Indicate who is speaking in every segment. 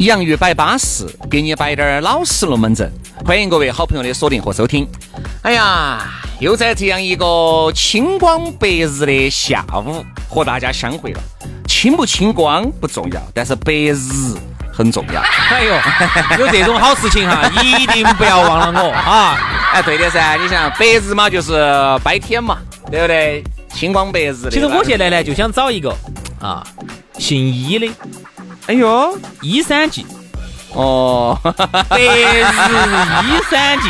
Speaker 1: 洋芋摆巴适，给你摆点儿老实龙门阵。欢迎各位好朋友的锁定和收听。哎呀，又在这样一个清光白日的下午和大家相会了。清不清光不重要，但是白日很重要。
Speaker 2: 哎呦，有这种好事情哈，一定不要忘了我啊！
Speaker 1: 哎，对的噻，你想白日嘛就是白天嘛，对不对？清光白日的。
Speaker 2: 其实我现在呢就想找一个啊，姓伊的，
Speaker 1: 哎呦，
Speaker 2: 伊三季，
Speaker 1: 哦，
Speaker 2: 白日伊三季，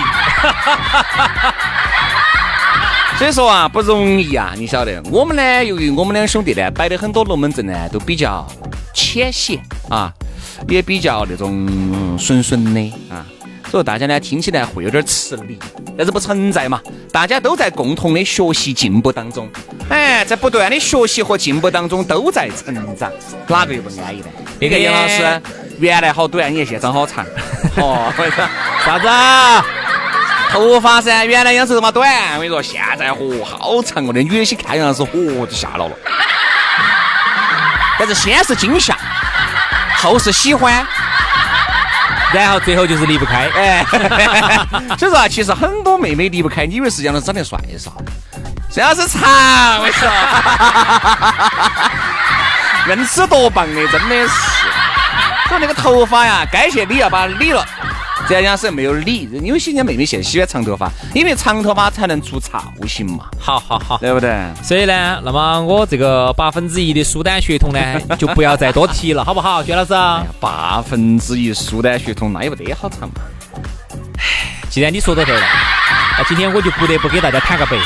Speaker 1: 所以说啊，不容易啊，你晓得。我们呢，由于我们两兄弟呢，摆的很多龙门阵呢，都比较浅显啊，也比较那种嗯顺顺的啊，所以大家呢听起来会有点吃力，但是不存在嘛，大家都在共同的学习进步当中，哎，在不断的学习和进步当中都在成长，哪个又不安逸呢？
Speaker 2: 别
Speaker 1: 别
Speaker 2: 个
Speaker 1: 看
Speaker 2: 杨
Speaker 1: 杨
Speaker 2: 老
Speaker 1: 老
Speaker 2: 师
Speaker 1: 师原来好短，你看现在长好长，哦。 我跟你说
Speaker 2: 啥子啊？
Speaker 1: 头发噻，原来样子这么短，我跟你说，现在嚯、好长哦，那女的些看样子嚯就吓到了。但是先是惊吓，后是喜欢，
Speaker 2: 然后最后就是离不开，
Speaker 1: 哎， 所以说啊，其实很多妹妹离不开，你以为是杨老师长得帅是吧？这样是长，我跟你说， 认识多棒的，真的是。说那个头发呀，该去理要把它理了。这样杨老师没有理，有些人家妹妹现在喜欢长头发，因为长头发才能出造型嘛，
Speaker 2: 好好好。
Speaker 1: 对不对？
Speaker 2: 所以呢，那么我这个八分之一的苏丹血统呢，就不要再多提了，好不好，薛老师？
Speaker 1: 八分之一苏丹血统，那也不得好长嘛。
Speaker 2: 既然你说到这儿了，那今天我就不得不给大家坦个白。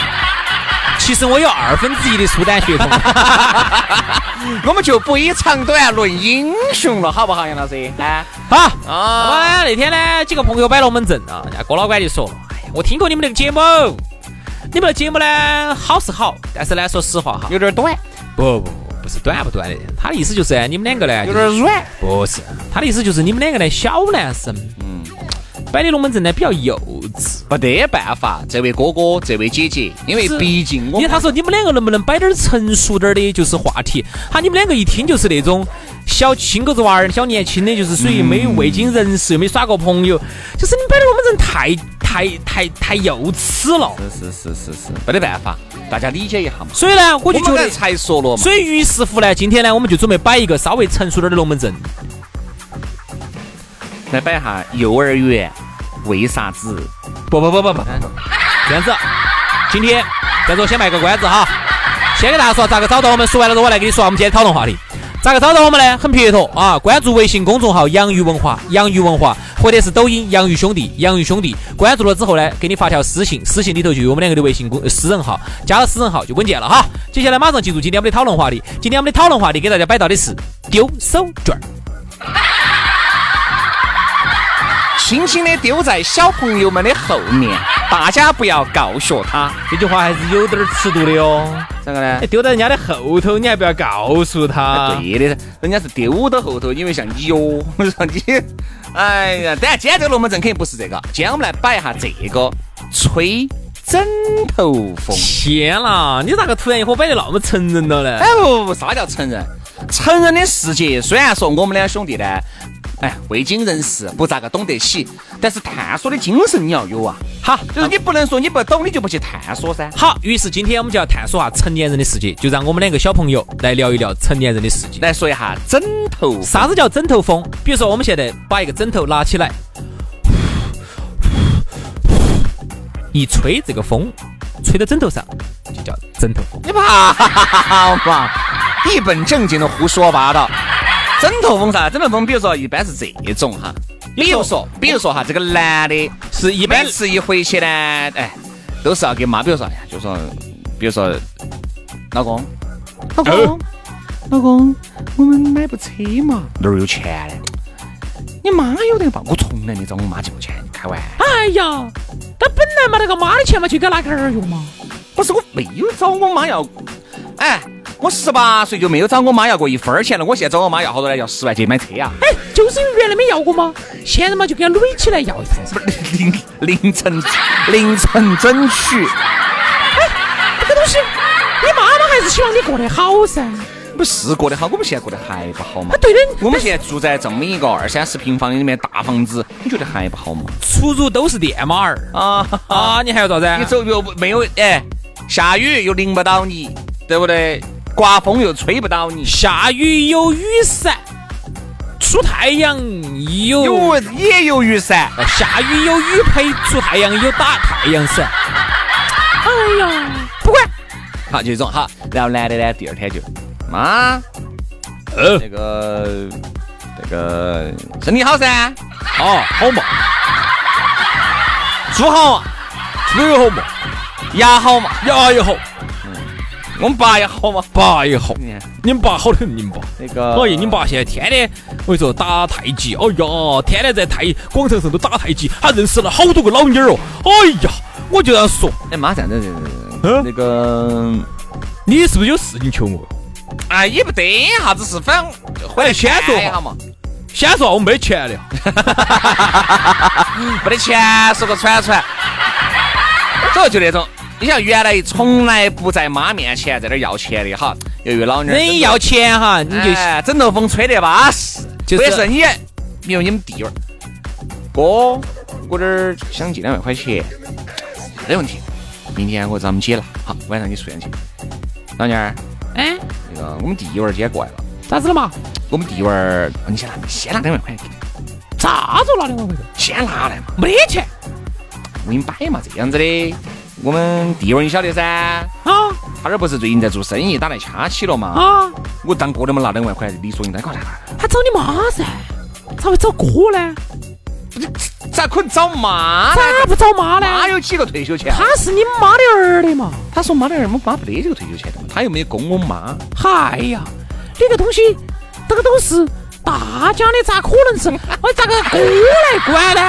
Speaker 2: 其实我有二分之一的苏丹血统，
Speaker 1: 我们就不以长短论英雄了，好不好，杨老师？啊
Speaker 2: 好。
Speaker 1: 啊！
Speaker 2: 我那天呢，几个朋友摆龙门阵啊，人家郭老倌就说了，哎呀，我听过你们那个节目，你们的节目呢好是好，但是呢，说实话哈，
Speaker 1: 有点短，
Speaker 2: 不不不是短不短的，他的意思就是你们两个呢，
Speaker 1: 有
Speaker 2: 就是
Speaker 1: 点软。
Speaker 2: 不是，他的意思就是你们两个呢小男生，嗯，摆的龙门阵呢比较幼稚，
Speaker 1: 没得办法，这位哥哥，这位姐姐，因为
Speaker 2: 是
Speaker 1: 毕竟我
Speaker 2: 因为
Speaker 1: 们
Speaker 2: 他说你们两个能不能摆点儿成熟点儿的，就是话题，哈，你们两个一听就是那种小青狗子娃儿，小年轻的，就是属于没有未经人事，又没耍过朋友，就是你们摆的龙门阵太太太太幼稚了。
Speaker 1: 是是是是，没得办法，大家理解一下嘛。
Speaker 2: 所以呢，我
Speaker 1: 我
Speaker 2: 就觉
Speaker 1: 们
Speaker 2: 得
Speaker 1: 刚，才说了嘛，
Speaker 2: 所以于是乎呢，今天呢，我们就准备摆一个稍微成熟点儿的龙门阵。
Speaker 1: 来摆一下幼儿园为啥子？
Speaker 2: 不不不不不，这样子，今天在这儿先卖个关子哈，先给大家说咋个找到我们。说完了之后，我来给你说下我们今天讨论话题。咋个找到我们呢？很撇脱啊！关注微信公众号“洋芋文化”，洋芋文化，或者是抖音“洋芋兄弟”，洋芋兄弟。关注了之后呢，给你发条私信，私信里头就有我们两个的微信公呃私人号，加了私人号就稳健了哈。接下来马上进入今天我们的讨论话题。今天我们的讨论话题给大家摆到的是丢手绢儿。
Speaker 1: 轻轻的丢在小朋友们的后面，大家不要告诉他。
Speaker 2: 这句话还是有点儿尺度的哟。
Speaker 1: 咋个呢
Speaker 2: 哎？丢在人家的后头，你还不要告诉他。
Speaker 1: 对的，人家是丢到后头，因为像你哟，我 说你，哎呀，当然今天这个龙门阵肯定不是这个，今天我们来摆一下这个吹枕头风。
Speaker 2: 天啦，你咋个突然一伙摆得那么成人了呢？
Speaker 1: 哎不不不，啥叫成人？成人的世界，虽然说我们两兄弟呢，哎，未经人事，不咋个懂得起，但是探索的精神你要有啊。
Speaker 2: 好，
Speaker 1: 就是你不能说你不懂，你就不去探索噻。
Speaker 2: 好，于是今天我们就要探索下成年人的世界，就让我们两个小朋友来聊一聊成年人的世界。
Speaker 1: 来说一下枕头风，
Speaker 2: 啥子叫枕头风？比如说我们现在把一个枕头拿起来，一吹这个风，吹到枕头上就叫枕头风。
Speaker 1: 你 怕嘛？一本正经的胡说八道。枕头风啥？枕头风，比如说一般是这种哈，比如说，比如说哈，这个男的
Speaker 2: 是一般
Speaker 1: 每次一回去呢，哎，都是要给妈，比如说，哎呀，就说，比如说，老公，老公，老公，我们买部车嘛，哪儿有钱嘞？你妈有得吧？我从来没找我妈借过钱，你开玩笑。
Speaker 3: 哎呀，他本来嘛那个妈的钱嘛就该拿给儿用嘛。
Speaker 1: 不是我没有找我妈要，哎，我十八岁就没有找我妈要过一分儿钱了。我现在找我妈要好多呢，要十万去买 车呀、啊
Speaker 3: 哎，就是因为原来没要过嘛，现在嘛就给他垒起来要一台噻。
Speaker 1: 不是凌凌晨凌晨争取，
Speaker 3: 这个东西，你妈妈还是希望你过得好噻。啊
Speaker 1: 不是过得好，我们现在过得还不好吗
Speaker 3: 啊，？对的，
Speaker 1: 我们现在住在这么一个二三十平方里面大房子，你觉得还不好吗？
Speaker 2: 出入都是电马儿
Speaker 1: 啊，
Speaker 2: 啊！你还要咋子啊？
Speaker 1: 你走又没有哎，下雨又淋不到你，对不对？刮风又吹不到你，
Speaker 2: 下雨有雨伞，出太阳有
Speaker 1: 有也有雨伞。
Speaker 2: 呃下雨有雨披，出太阳有打太阳伞。
Speaker 3: 哎呀，不管，
Speaker 1: 好，就这种好。然后男的呢，第二天就妈，
Speaker 2: 嗯
Speaker 1: 那个那个身体好噻，
Speaker 2: 哦，好嘛，
Speaker 1: 住好嘛，
Speaker 2: 旅游好嘛，
Speaker 1: 牙好嘛，
Speaker 2: 牙也好，
Speaker 1: 我们爸也好嘛。
Speaker 2: 爸也好，
Speaker 1: 你看
Speaker 2: 你们爸好得很，你们爸。
Speaker 1: 那个，
Speaker 2: 哎呀，你爸现在天天，我跟你说打太极，哎呀，天天在太广场上都打太极，他认识了好多个老妞儿哦。哎呀，我就要说，
Speaker 1: 哎妈，这样子，这样子这样子
Speaker 2: 嗯
Speaker 1: 那个，
Speaker 2: 你是不是有事情求我？
Speaker 1: 哎，也不得啥子事，反正回来
Speaker 2: 先坐
Speaker 1: 看一下嘛。
Speaker 2: 先说我没钱 了，
Speaker 1: 没得钱，说个喘喘。走，就那种。你像原来从来不在妈面前在那儿要钱的哈，由于老娘儿
Speaker 2: 人要钱哈，你就
Speaker 1: 哎枕头风吹得巴适，
Speaker 2: 就
Speaker 1: 或
Speaker 2: 是
Speaker 1: 者是你，比如你们弟娃儿，哥，我这儿想借两万块钱，没问题，明天我找我们姐拿，好，晚上你出院去。老娘儿，
Speaker 3: 哎，
Speaker 1: 那个我们弟娃儿今天过来了，
Speaker 3: 咋子了嘛？
Speaker 1: 我们弟娃儿，你先拿，先拿两万块，
Speaker 3: 咋子拿两万块钱？
Speaker 1: 先拿来嘛。
Speaker 3: 没得钱
Speaker 1: 我给你摆嘛，这样子的。我们弟娃儿你晓得噻，
Speaker 3: 啊
Speaker 1: 他这儿不是最近在做生意，打来掐起了嘛。
Speaker 3: 啊！
Speaker 1: 我当哥的们拿两万块，理所应当。快来快来，
Speaker 3: 他找你妈噻，咋会找哥呢？
Speaker 1: 咋可能找妈呢？
Speaker 3: 咋不找妈呢？
Speaker 1: 啊妈有几个退休钱？
Speaker 3: 他是你妈的儿的嘛？
Speaker 1: 他说妈的儿，我妈不得这个退休钱的嘛，他又没有供我妈。
Speaker 3: 嗨呀，这个东西，这个都是大家的，咋可能是 我咋个哥来管呢？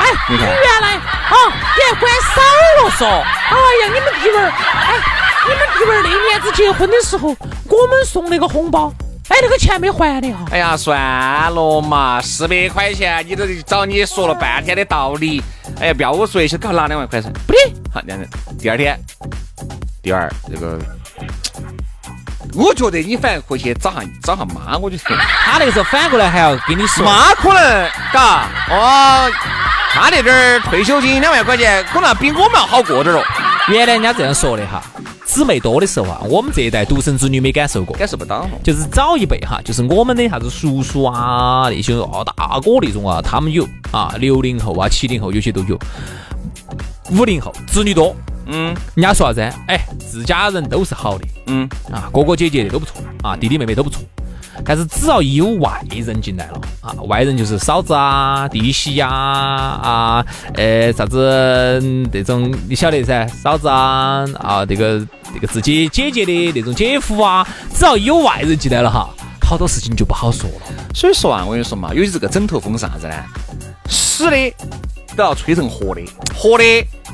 Speaker 3: 哎，
Speaker 1: 你
Speaker 3: 你
Speaker 1: 看
Speaker 3: 原来啊，你还管少了说。哎呀，你们弟娃儿，哎，你们弟娃儿那年子结婚的时候，我们送那个红包，哎，那个钱没还的哈。啊
Speaker 1: 哎呀，算了嘛，四百块钱，你都找你说了半天的道理。哎呀，不要我说一些，给我拿两万块噻。
Speaker 3: 不得，
Speaker 1: 好，两人。第二天，第二这个，我觉得你反正回去找下找下妈，我就 行。
Speaker 2: 他那个时候反过来还要跟你说，
Speaker 1: 妈可能，嘎，哦，他那点儿退休金两万块钱，可能比我们要好过点儿哦。
Speaker 2: 原来人家这样说的哈，姊妹多的时候啊，我们这一代独生子女没感受过。
Speaker 1: 感受不到嘛。
Speaker 2: 就是早一辈哈，就是我们的啥子叔叔啊那些哦大哥那种啊，他们有啊，六零后啊、七零后有些都有，五零后子女多，
Speaker 1: 嗯
Speaker 2: 人家说啥子？哎，自家人都是好的
Speaker 1: 嗯，
Speaker 2: 啊，哥哥姐姐的都不错啊，弟弟妹妹都不错。但是只要一有外人进来了啊，外人就是嫂子啊、弟媳呀啊，呃，啥子嗯那种你晓得噻，嫂子啊啊，这个这个自己姐姐的那种姐夫啊，只要一有外人进来了哈，好多事情就不好说了。
Speaker 1: 所以说啊，我跟你说嘛，由于这个枕头风是啥子呢？死的都要吹成活的，活的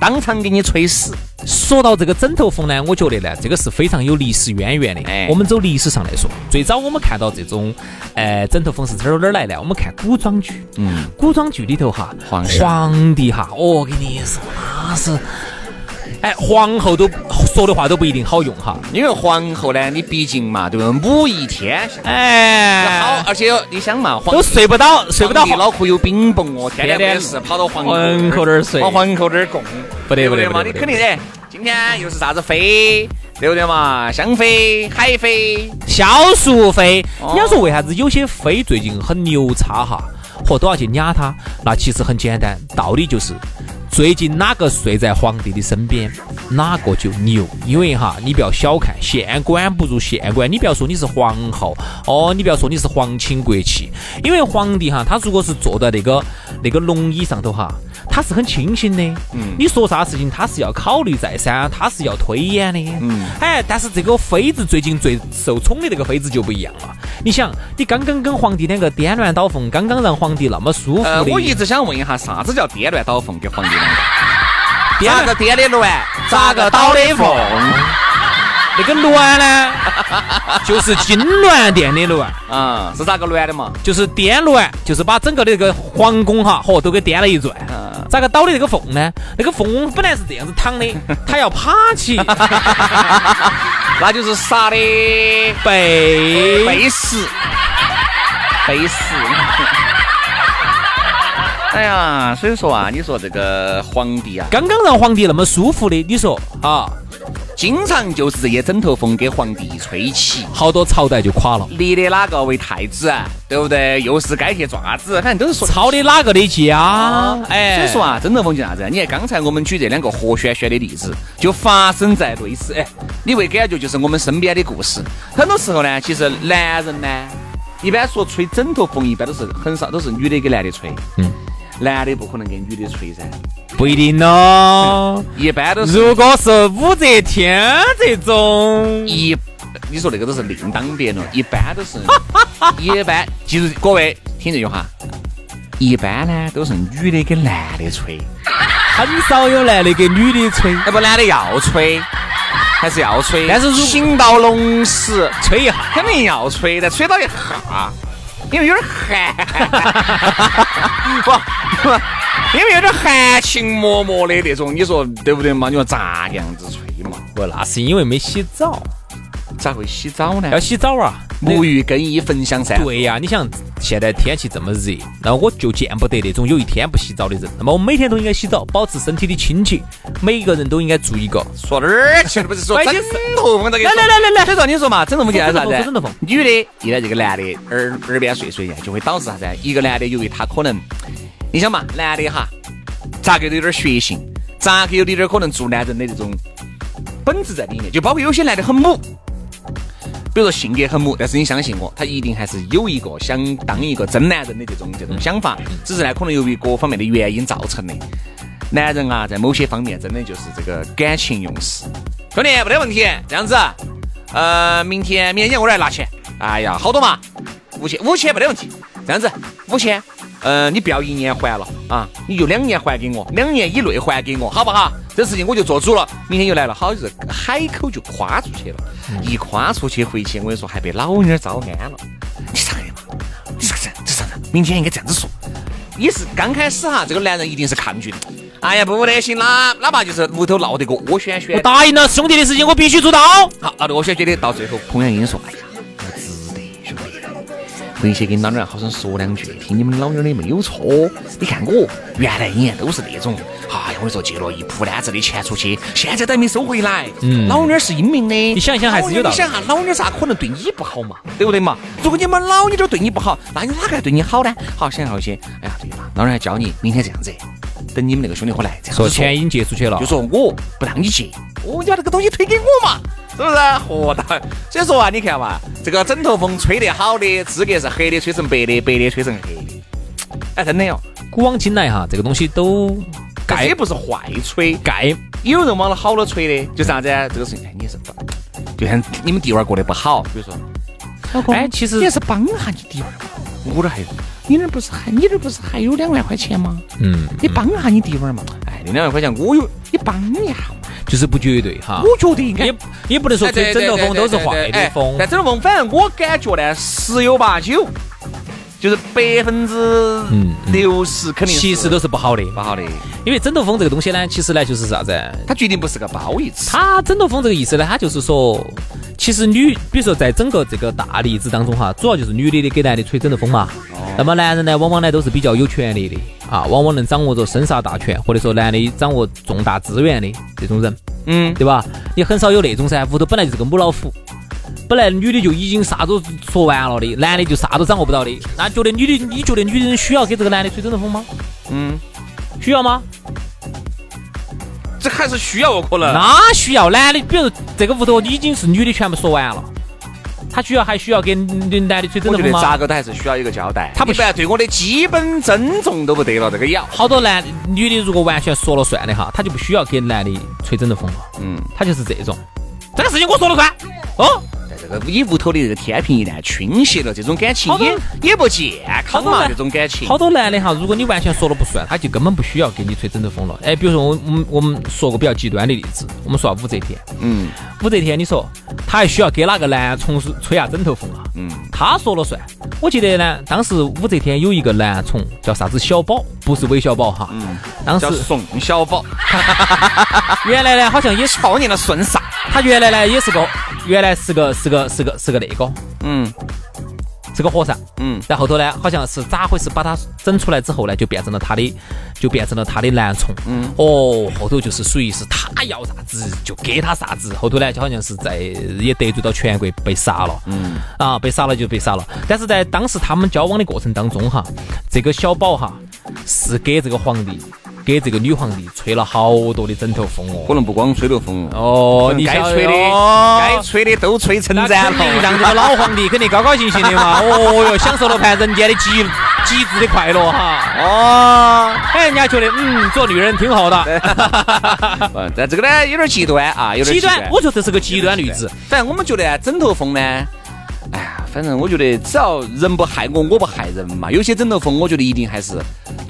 Speaker 1: 当场给你吹死。
Speaker 2: 说到这个枕头风呢，我觉得呢，这个是非常有历史渊源的。
Speaker 1: 哎
Speaker 2: 我们走历史上来说，最早我们看到这种，呃，枕头风是从哪儿哪儿来呢？我们看古装剧，
Speaker 1: 嗯，
Speaker 2: 古装剧里头哈，
Speaker 1: 皇上
Speaker 2: 皇帝哈，我跟你说那是，哎，皇后都说的话都不一定好用哈。
Speaker 1: 因为皇后呢，你毕竟嘛，对不对？母仪天下，好
Speaker 2: 哎，，
Speaker 1: 而且你想嘛，皇
Speaker 2: 都睡不到，睡不到
Speaker 1: 皇帝
Speaker 2: 皇，
Speaker 1: 脑壳有冰崩哦，天天
Speaker 2: 天天
Speaker 1: 没事跑到皇
Speaker 2: 皇后那儿睡
Speaker 1: 往皇后那儿供，
Speaker 2: 不得
Speaker 1: 对不
Speaker 2: 不得
Speaker 1: 对嘛？
Speaker 2: 不得
Speaker 1: 你
Speaker 2: 不得
Speaker 1: 肯定哎，今天又是啥子妃，对不对嘛？香妃、海妃，
Speaker 2: 萧淑妃。
Speaker 1: 哦
Speaker 2: 你要说为啥子有些妃最近很牛叉哈，嚯都要去撵她？那其实很简单，道理就是最近哪个睡在皇帝的身边，哪个就牛。因为哈，你不要小看县官不如县官，你不要说你是皇后哦，你不要说你是皇亲国戚，因为皇帝哈，他如果是坐在那个那个龙椅上头哈，他是很清醒的。嗯，你说啥事情他是要考虑再三，他是要推演的。嗯，哎，但是这个妃子最近最受宠的那个妃子就不一样了。你想，你刚刚跟皇帝两个颠鸾倒凤，刚刚让皇帝那么舒服的。
Speaker 1: 呃，我一直想问一下，啥子叫颠鸾倒凤？给皇 帝两个，
Speaker 2: 颠
Speaker 1: 咋
Speaker 2: 鸾
Speaker 1: 个颠的鸾，咋个倒的凤？
Speaker 2: 那个鸾呢， 就是金銮殿的銮，
Speaker 1: 啊，是咋个乱的嘛？
Speaker 2: 就是颠鸾，就是把整个的这个皇宫哈，嚯，都给颠了一转。
Speaker 1: 嗯
Speaker 2: 咋个倒的那个凤呢？那个凤本来是这样子躺的，它要趴起
Speaker 1: 那就是啥的
Speaker 2: 背
Speaker 1: 背时，背时。 哎呀，所以说啊，你说这个皇帝啊，
Speaker 2: 刚刚让皇帝那么舒服的，你说啊，
Speaker 1: 经常就是这些枕头风给皇帝一吹起，
Speaker 2: 好多朝代就垮了。
Speaker 1: 立的哪个为太子，啊对不对？又是该去爪子，反正都是说
Speaker 2: 抄的哪个的家
Speaker 1: 啊？，
Speaker 2: 哎，
Speaker 1: 所以说啊，枕头风就啥子啊？你看刚才我们举这两个活轩轩的例子，就发生在类似，哎，你会感觉就是我们身边的故事。很多时候呢，其实男人呢，一般说吹枕头风，一般都是很少都是女的给男的吹，嗯，男的不可能给女的吹噻，
Speaker 2: 不一定哦。
Speaker 1: 一般都是
Speaker 2: 如果是武则天这种，
Speaker 1: 一，你说那个都是另当别论，一般都是，一般记住各位听这句话，一般呢都是女的给男的吹。
Speaker 2: 很少有男的给女的吹，
Speaker 1: 哎，不，男的要吹，还是要吹。
Speaker 2: 但是如
Speaker 1: 醒到龙时，
Speaker 2: 吹一下。
Speaker 1: 肯定要吹的，吹到一下，因为有点寒， 不，不因为有点含情脉脉的那种，你说对不对嘛？你说咋个样子吹嘛？
Speaker 2: 不，那是因为没洗澡，
Speaker 1: 咋会洗澡呢
Speaker 2: 要？洗澡啊。
Speaker 1: 沐浴更衣焚香噻。
Speaker 2: 对呀、你想现在天气这么热，那我就见不得那种有一天不洗澡的人。那么我们每天都应该洗澡，保持身体的清洁，每一个人都应该做一个。
Speaker 1: 说哪儿去了？不是 说
Speaker 2: 关
Speaker 1: 枕
Speaker 2: 键是
Speaker 1: 头风这个？
Speaker 2: 来来来来来
Speaker 1: 所以说你说嘛，枕头风就啥子啊？
Speaker 2: 说枕头风
Speaker 1: 女的一来这个男的耳耳边睡睡呀，就会导致啥子啊？一个男的由于他可能，你想嘛，男的哈，咋个都有点血性，咋个有点可能做男人的那种本质在里面，就包括有些男的很母。比如说性格很母，但是你相信我，他一定还是有一个想当一个真男人的这种这种想法，只是呢，可能由于各方面的原因造成的。男人啊，在某些方面真的就是这个感情用事。兄弟，没得问题，这样子，呃，明天明天我来拿钱。哎呀，好多嘛，五千五千没得问题，这样子五千，呃，你不要一年还了啊，你就两年还给我，两年以内还给我，好不好？这事情我就做主了。明天又来了，好就是海口就夸出去了，一夸出去回去，我跟你说还被老妞儿招安了。你啥人嘛？你这个人，这啥人？明天应该这样子说。也是刚开始哈，这个男人一定是抗拒的。哎呀，不得行啦，哪怕就是屋头闹得个窝喧喧
Speaker 2: 我。答应了哎兄弟的事情，我必须做到。
Speaker 1: 好，那我先觉得到最后，彭阳英说：“哎呀，我值得，兄弟，回去跟老娘好生说两句，听你们老娘的没有错。你看我原来也都是那种，哎呀，我跟你说借了一铺烂子的钱出去，现在都没收回来。嗯，老娘是英明的，你
Speaker 2: 想一想还是有道理
Speaker 1: 你想哈，老娘咋可能对你不好嘛？对不对嘛？如果你们老娘都对你不好，那有哪个还对你好呢？好，想好些。哎呀，对了，老娘还教你，明天这样子，等你们那个兄弟伙来，这样子
Speaker 2: 说钱已经借出去了
Speaker 1: 就，说我不让你借，我把这个东西推给我嘛，是不是？活到，所以说啊，你看嘛，这个枕头风吹得好的，资格是黑的吹成白的，白的吹成黑的。哎，真的哟，
Speaker 2: 古往今来哈，这个东西都
Speaker 1: 这
Speaker 2: 盖
Speaker 1: 也不是坏吹，
Speaker 2: 盖
Speaker 1: 有人往了好了吹的，就是啥子啊？这个事情，哎，你也是不，就像你们弟娃儿过得不好，比如说，老公
Speaker 2: 哎其实
Speaker 1: 你还是帮一下你弟娃儿嘛。我这还有，你那儿不是还你那儿不是还有两万块钱吗？
Speaker 2: 嗯，
Speaker 1: 你帮一下你弟娃儿嘛。哎，那两万块钱我有，你帮一下嘛。
Speaker 2: 就是不绝对哈。
Speaker 1: 我觉得应该
Speaker 2: 也也不能说
Speaker 1: 哎对
Speaker 2: 吹枕头风都是
Speaker 1: 对对对
Speaker 2: 坏
Speaker 1: 对
Speaker 2: 的风
Speaker 1: 哎，但枕头风反正我感觉呢，十有八九就是百分之六嗯十肯定是
Speaker 2: 其实都是不好的。
Speaker 1: 不好的。
Speaker 2: 因为枕头风这个东西呢，其实呢就是啥子？
Speaker 1: 它绝对不是个褒义词。
Speaker 2: 它枕头风这个意思呢，它就是说，其实女，比如说在整个这个大例子当中哈，主要就是女的的给男的吹枕头风嘛。那么男人呢，往往呢都是比较有权利的啊，往往能掌握着生杀大权，或者说男的掌握重大资源的这种人，
Speaker 1: 嗯，
Speaker 2: 对吧？也很少有那种噻，屋头本来就是个母老虎。本来女的就已经啥都说完了的，男的就啥都掌握不到的。那觉得女的，你觉得女人需要给这个男的吹枕头风吗？
Speaker 1: 嗯，
Speaker 2: 需要吗？
Speaker 1: 这还是需要哦， 可能。
Speaker 3: 那需要男的，比如这个屋头已经是女的全部说完了，他需要还需要给男的吹
Speaker 1: 我觉
Speaker 3: 枕头
Speaker 1: 得咋
Speaker 3: 吗？
Speaker 1: 个都还是需要一个交代，
Speaker 3: 他不
Speaker 1: 你不然对我的基本尊重都不得了，这个要。
Speaker 3: 好多男女的如果完全说了算的哈，他就不需要给男的吹枕头风了，
Speaker 1: 嗯，
Speaker 3: 他就是这种，这个事情我说了算。哦，
Speaker 1: 但这个你屋头的这个天平一旦倾斜了，这种感情
Speaker 3: 好多
Speaker 1: 也也不健康
Speaker 3: 好多
Speaker 1: 嘛，
Speaker 3: 人
Speaker 1: 这种感情。
Speaker 3: 好多男的哈，如果你完全说了不算，他就根本不需要给你吹枕头风了。哎，比如说我我们我们说个比较极端的例子，我们说下武则天，
Speaker 1: 嗯
Speaker 3: 武则天，你说她还需要给哪个男宠是吹下枕头风啊？
Speaker 1: 嗯，
Speaker 3: 他说了算。我记得呢，当时武则天有一个男宠叫啥子小宝，不是韦小宝哈。当时
Speaker 1: 嗯叫宋小宝，
Speaker 3: 原来呢，好像也是
Speaker 1: 操你的孙啥？
Speaker 3: 他原来呢也是个，原来是个是个是个是个那个
Speaker 1: 嗯
Speaker 3: 是个和尚。
Speaker 1: 嗯，
Speaker 3: 然后头呢，好像是咋回事？把他整出来之后呢，就变成了他的，就变成了他的男宠。嗯，哦，后头就是属于是他要啥子就给他啥子。后头呢，就好像是在也得罪到权贵，被杀了。嗯，啊，被杀了就被杀了。但是在当时他们交往的过程当中哈，这个小宝哈是给这个皇帝，给这个女皇帝吹了好多的枕头风
Speaker 1: 可
Speaker 3: 哦。
Speaker 1: 能不光吹了风，
Speaker 3: 哦，你
Speaker 1: 该
Speaker 3: 晓得
Speaker 1: 吹的
Speaker 3: 哦
Speaker 1: 该吹的都吹成
Speaker 3: 那
Speaker 1: 然
Speaker 3: 肯定让 这个老皇帝肯定高高兴兴的嘛，哦哟，享受了盘人间的极极致的快乐哈。
Speaker 1: 哦，
Speaker 3: 哎，人家觉得嗯，做女人挺好 的。啊
Speaker 1: 呃但这个呢有点极端啊，有点
Speaker 3: 极端，我觉得这是个极端例子。。
Speaker 1: 反正我们觉得啊枕头风呢，哎呀，反正我觉得只要人不害我，我不害人嘛。有些枕头风，我觉得一定还是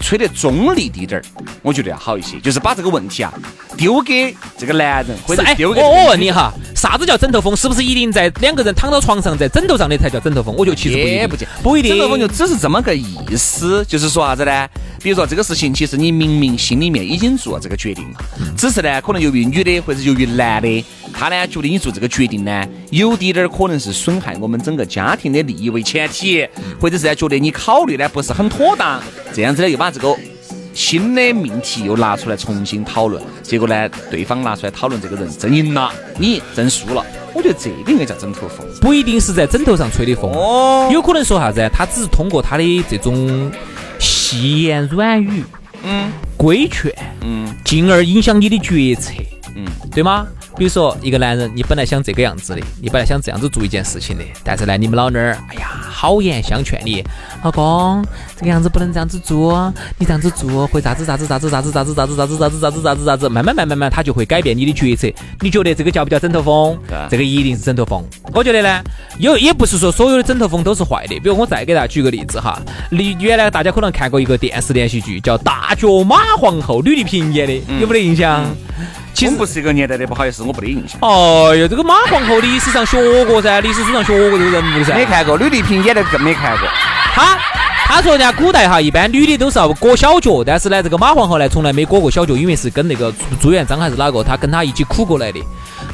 Speaker 1: 吹得中立一点儿，我觉得要好一些。就是把这个问题啊丢给这个男人，或
Speaker 3: 是
Speaker 1: 者
Speaker 3: 哎，
Speaker 1: 丢
Speaker 3: 我
Speaker 1: 给
Speaker 3: 我问你哈，啥子叫枕头风？是不是一定在两个人躺到床上，在枕头上的才叫枕头风？我觉得其实不一
Speaker 1: 也
Speaker 3: 定，
Speaker 1: 不见，
Speaker 3: 不一定。
Speaker 1: 枕头风就只是这么个意思，就是说啥子呢？比如说这个事情，其实你明明心里面已经做这个决定了，只是呢，可能由于女的或者由于男的，他呢觉得你做这个决定呢，有滴点儿可能是损害我们整个家庭的利益为前提，或者是呢觉得你考虑呢不是很妥当，这样子呢又把这个。新的命题又拿出来重新讨论，结果呢，对方拿出来讨论这个人真赢了，你真输了。我觉得这个应该叫枕头风。
Speaker 3: 不一定是在枕头上吹的风，
Speaker 1: 哦
Speaker 3: 有可能说啥子啊？他只是通过他的这种细言软语，
Speaker 1: 嗯，
Speaker 3: 规劝，
Speaker 1: 嗯，
Speaker 3: 进而影响你的决策，
Speaker 1: 嗯，
Speaker 3: 对吗？比如说一个男人，你本来想这个样子的，你本来想这样子做一件事情的，但是呢，你们老娘儿，哎呀，好言相劝你，老公，这个样子不能这样子做，你这样子做会啥子啥子啥子啥子啥子啥子啥子啥子啥子啥子啥子，慢慢慢慢慢，他就会改变你的决策。你觉得这个叫不叫枕头风？
Speaker 1: 对
Speaker 3: 这个一定是枕头风。我觉得呢，有也不是说所有的枕头风都是坏的。比如我再给大家举个例子哈，你原来大家可能看过一个电视连续剧叫《大脚马皇后》，吕丽萍演的，有没得印象？其
Speaker 1: 我
Speaker 3: 实
Speaker 1: 们不是一个年代的，不好意思，我没得印象。
Speaker 3: 哦哟，这个马皇后历史上学过噻，历史书上学过这个人物噻。
Speaker 1: 没，看过，吕丽萍演的更没看过。
Speaker 3: 他他说人家古代哈，一般女的都是要裹小脚，但是呢，这个马皇后呢，从来没裹过小脚，因为是跟那个朱朱元璋还是哪个，他跟他一起苦过来的。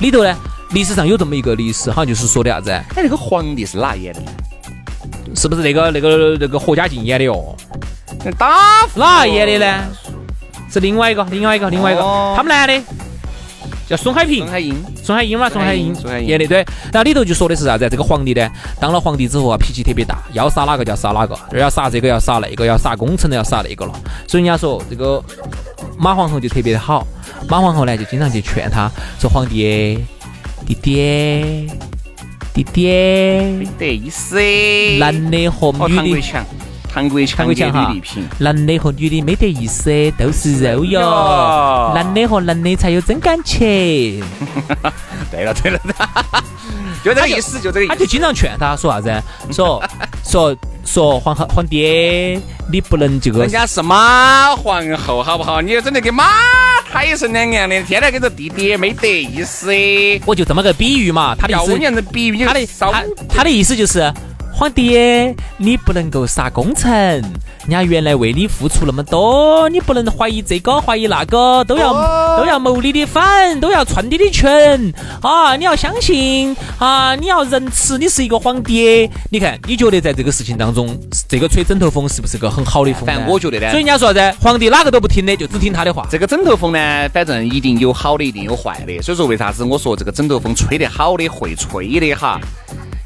Speaker 3: 里头呢，历史上有这么一个历史，好像就是说的啥子啊，
Speaker 1: 哎，那个皇帝是哪演的？
Speaker 3: 是不是那个那个那个霍家劲演的哟？
Speaker 1: 那打夫
Speaker 3: 哪演的呢？是另外一个，另外一个，另外一个，
Speaker 1: 哦
Speaker 3: 他们男的叫孙海平
Speaker 1: 孙，海英。
Speaker 3: 孙海英嘛，
Speaker 1: 孙
Speaker 3: 孙
Speaker 1: 海
Speaker 3: 海
Speaker 1: 英
Speaker 3: 英
Speaker 1: 孙海英
Speaker 3: 演的对。然后里头就说的是啥子？这个皇帝呢，当了皇帝之后啊，脾气特别大，要杀哪个就要杀哪个，要杀这个要杀那个，要杀功臣的要杀那个了。所以人家说这个马皇后就特别的好，马皇后呢就经常去劝他说：“皇帝，弟弟，弟弟，
Speaker 1: 得意思哎。
Speaker 3: 男的和
Speaker 1: 哦，唐
Speaker 3: 女
Speaker 1: 国
Speaker 3: 的，
Speaker 1: 强，唐国
Speaker 3: 唐
Speaker 1: 强
Speaker 3: 国
Speaker 1: 演
Speaker 3: 强哈
Speaker 1: 吕丽萍。
Speaker 3: 男的和女的没得意思，都是肉
Speaker 1: 哟
Speaker 3: 哟，男的和男的才有真感情。”
Speaker 1: 对了对 了，就这个意思，就这个意
Speaker 3: 他
Speaker 1: 思。
Speaker 3: 就经常劝他说啥子？说说说皇后皇帝，你不能这个
Speaker 1: 人。家是马皇后，好不好？你真的跟马胎神两样的，天天跟着弟弟，没得意思哎。
Speaker 3: 我就这么个比喻嘛，他的
Speaker 1: 要
Speaker 3: 意
Speaker 1: 我
Speaker 3: 思
Speaker 1: 娘，子比喻，
Speaker 3: 他的
Speaker 1: 少
Speaker 3: 他他的意思就是，皇帝，你不能够杀功臣，人家原来为你付出那么多，你不能怀疑这个怀疑那个，都要、
Speaker 1: 哦
Speaker 3: 都要谋你的反，都要篡你的权啊！你要相信啊，你要仁慈，你是一个皇帝。你看，你觉得在这个事情当中，这个吹枕头风是不是个很好的风呢？
Speaker 1: 哎反正我觉得呢
Speaker 3: 所以人家说啥子，皇帝哪个都不听的，就只听他的话。
Speaker 1: 这个枕头风呢，反正一定有好的，一定有坏的。所以说，为啥子我说这个枕头风吹得好的会吹的哈，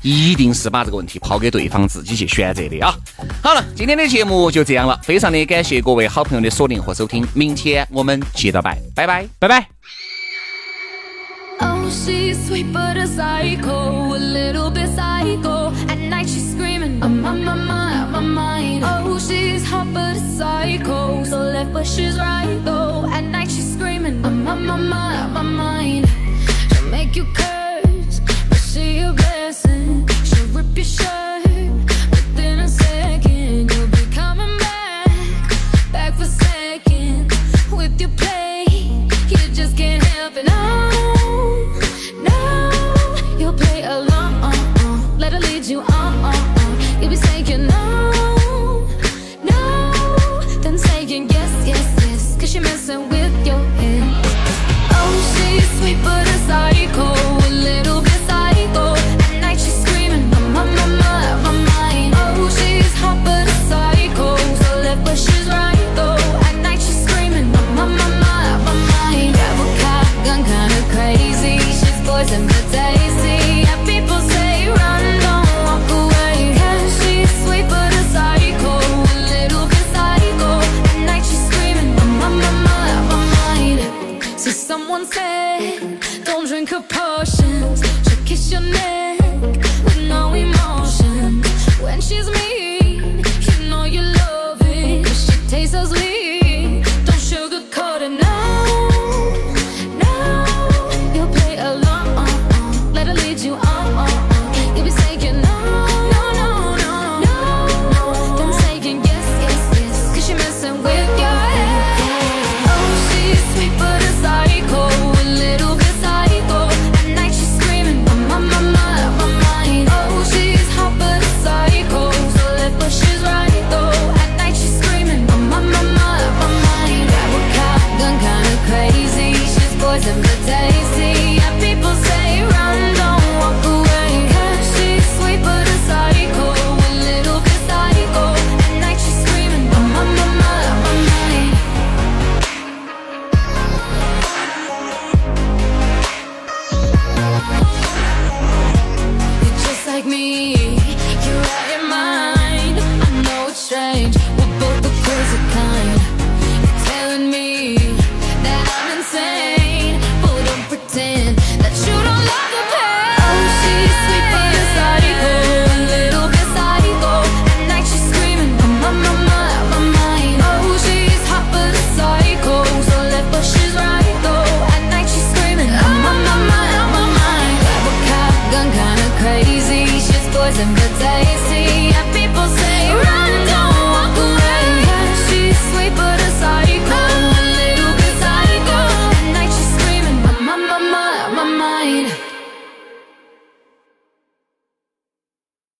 Speaker 1: 一定是把这个问题抛给对方自己去选择的啊。好了，今天的节目就这样了，非常的感谢各位好朋友的锁定和收听，明天我们接着拜，拜拜。
Speaker 2: 拜拜。
Speaker 4: Oh, she's sweet but a psycho, a little bit psycho. At night she's screaming, I'm on my mind, on my mind. Oh, she's hot but a psycho, so left but she's right though. At night she's screaming, I'm on my mind, on my mind. She'll make you curse, but she a blessing. She'll rip your shirt. within a second. You'll be coming back, back for second with your play. You just can't help it. No, no, you'll play along. Let her lead you on. You'll be saying no, no, then saying yes, yes, yes. Cause you're messing with your head. Oh, she's sweet but a psycho, a little bit psycho. At night she's screaming, I'm on my mind, my mind. Oh, she's hot but a psycho, so left but she's right though. At night she's screaming, I'm on my mind, my mind. Grab a cop gun, kinda crazy. She's poison but tasty. Yeah, people say run, don't walk away. Yeah, she's sweet but a psycho, a little bit psycho. At night she's screaming, I'm on my mind, my mind. So someone said, don't drink her pop.